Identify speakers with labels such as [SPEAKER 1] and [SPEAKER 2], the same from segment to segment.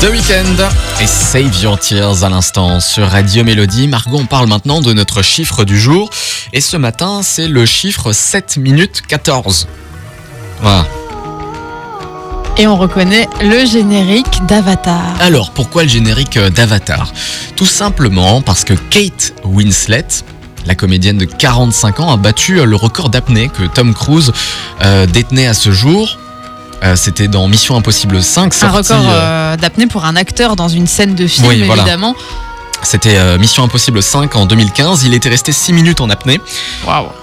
[SPEAKER 1] The Weeknd et Save Your Tears à l'instant sur Radio Mélodie. Margot, on parle maintenant de notre chiffre du jour. Et ce matin, c'est le chiffre 7 minutes 14. Voilà.
[SPEAKER 2] Et on reconnaît le générique d'Avatar.
[SPEAKER 1] Alors, pourquoi le générique euh, d'Avatar Tout simplement parce que Kate Winslet, la comédienne de 45 ans, a battu euh, le record d'apnée que Tom Cruise euh, détenait à ce jour. Euh, C'était dans Mission Impossible 5,
[SPEAKER 2] Un
[SPEAKER 1] sorti,
[SPEAKER 2] record
[SPEAKER 1] euh,
[SPEAKER 2] euh, d'apnée pour un acteur dans une scène de film,
[SPEAKER 1] Oui, voilà.
[SPEAKER 2] évidemment.
[SPEAKER 1] C'était euh, Mission Impossible 5 en 2015. Il était resté 6 minutes en apnée.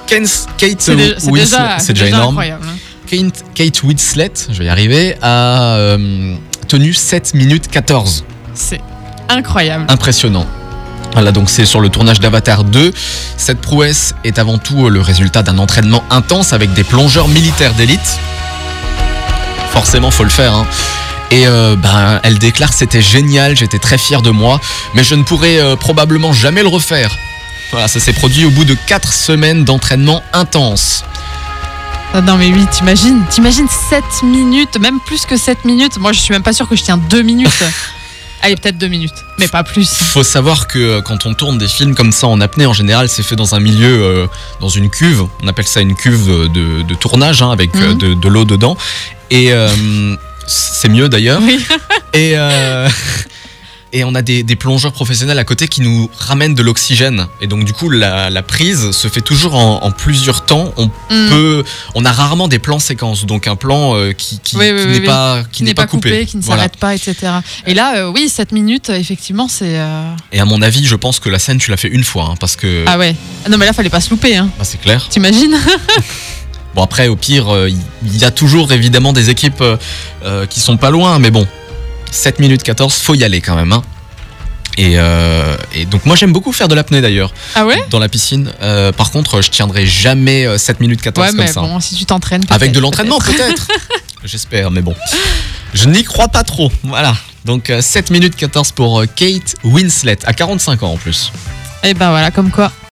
[SPEAKER 1] Kens- Kate
[SPEAKER 2] C'est dé- c'est
[SPEAKER 1] Winslet-
[SPEAKER 2] déjà,
[SPEAKER 1] c'est déjà énorme.
[SPEAKER 2] incroyable. hein.
[SPEAKER 1] Kate, Kate Winslet, je vais y arriver, a euh, tenu 7 minutes 14.
[SPEAKER 2] C'est incroyable.
[SPEAKER 1] Impressionnant. Voilà, donc c'est sur le tournage d'Avatar 2. Cette prouesse est avant tout euh, le résultat d'un entraînement intense avec des plongeurs militaires d'élite. Forcément, faut le faire. hein. Et euh, ben, elle déclare c'était génial, j'étais très fière de moi, mais je ne pourrai euh, probablement jamais le refaire. Voilà, ça s'est produit au bout de 4 semaines d'entraînement intense.
[SPEAKER 2] Ah Non mais oui, t'imagines, t'imagines 7 minutes, même plus que 7 minutes. Moi je suis même pas sûre que je tiens 2 minutes. Allez, peut-être 2 minutes, mais pas plus.
[SPEAKER 1] Faut savoir que euh, quand on tourne des films comme ça en apnée, en général, c'est fait dans un milieu, euh, dans une cuve. On appelle ça une cuve euh, de, de tournage, hein, avec euh,
[SPEAKER 2] Mhm.
[SPEAKER 1] de, de l'eau dedans. Et euh, c'est mieux d'ailleurs.
[SPEAKER 2] Oui.
[SPEAKER 1] Et, euh, et on a des, des plongeurs professionnels à côté qui nous ramènent de l'oxygène. Et donc, du coup, la, la prise se fait toujours en, en plusieurs temps. On
[SPEAKER 2] Hmm.
[SPEAKER 1] peut, on a rarement des plans séquences, donc un plan euh, qui, qui,
[SPEAKER 2] Oui, oui,
[SPEAKER 1] qui
[SPEAKER 2] oui,
[SPEAKER 1] n'est
[SPEAKER 2] oui.
[SPEAKER 1] pas qui,
[SPEAKER 2] Qui n'est pas coupé, qui ne
[SPEAKER 1] Voilà.
[SPEAKER 2] s'arrête pas, etc. Et là, euh, oui, 7 minutes, euh, effectivement, c'est... euh,
[SPEAKER 1] Et à mon avis, je pense que la scène, tu l'as fait une fois, hein, parce que
[SPEAKER 2] Ah ouais. Ah Non mais là, fallait pas se louper, hein.
[SPEAKER 1] bah, c'est clair.
[SPEAKER 2] T'imagines
[SPEAKER 1] Bon après au pire euh, il y a toujours évidemment des équipes euh, euh, qui sont pas loin mais bon 7 minutes 14 faut y aller quand même hein. et, euh, et donc moi j'aime beaucoup faire de l'apnée d'ailleurs
[SPEAKER 2] Ah ouais
[SPEAKER 1] dans la piscine Euh, par contre je tiendrai jamais euh, 7 minutes 14
[SPEAKER 2] Ouais,
[SPEAKER 1] comme
[SPEAKER 2] mais
[SPEAKER 1] ça hein.
[SPEAKER 2] bon, si tu t'entraînes...
[SPEAKER 1] avec de
[SPEAKER 2] peut-être,
[SPEAKER 1] l'entraînement peut-être j'espère mais bon je n'y crois pas trop voilà donc euh, 7 minutes 14 pour euh, Kate Winslet à 45 ans en plus
[SPEAKER 2] peut-être. Et ben voilà, comme quoi,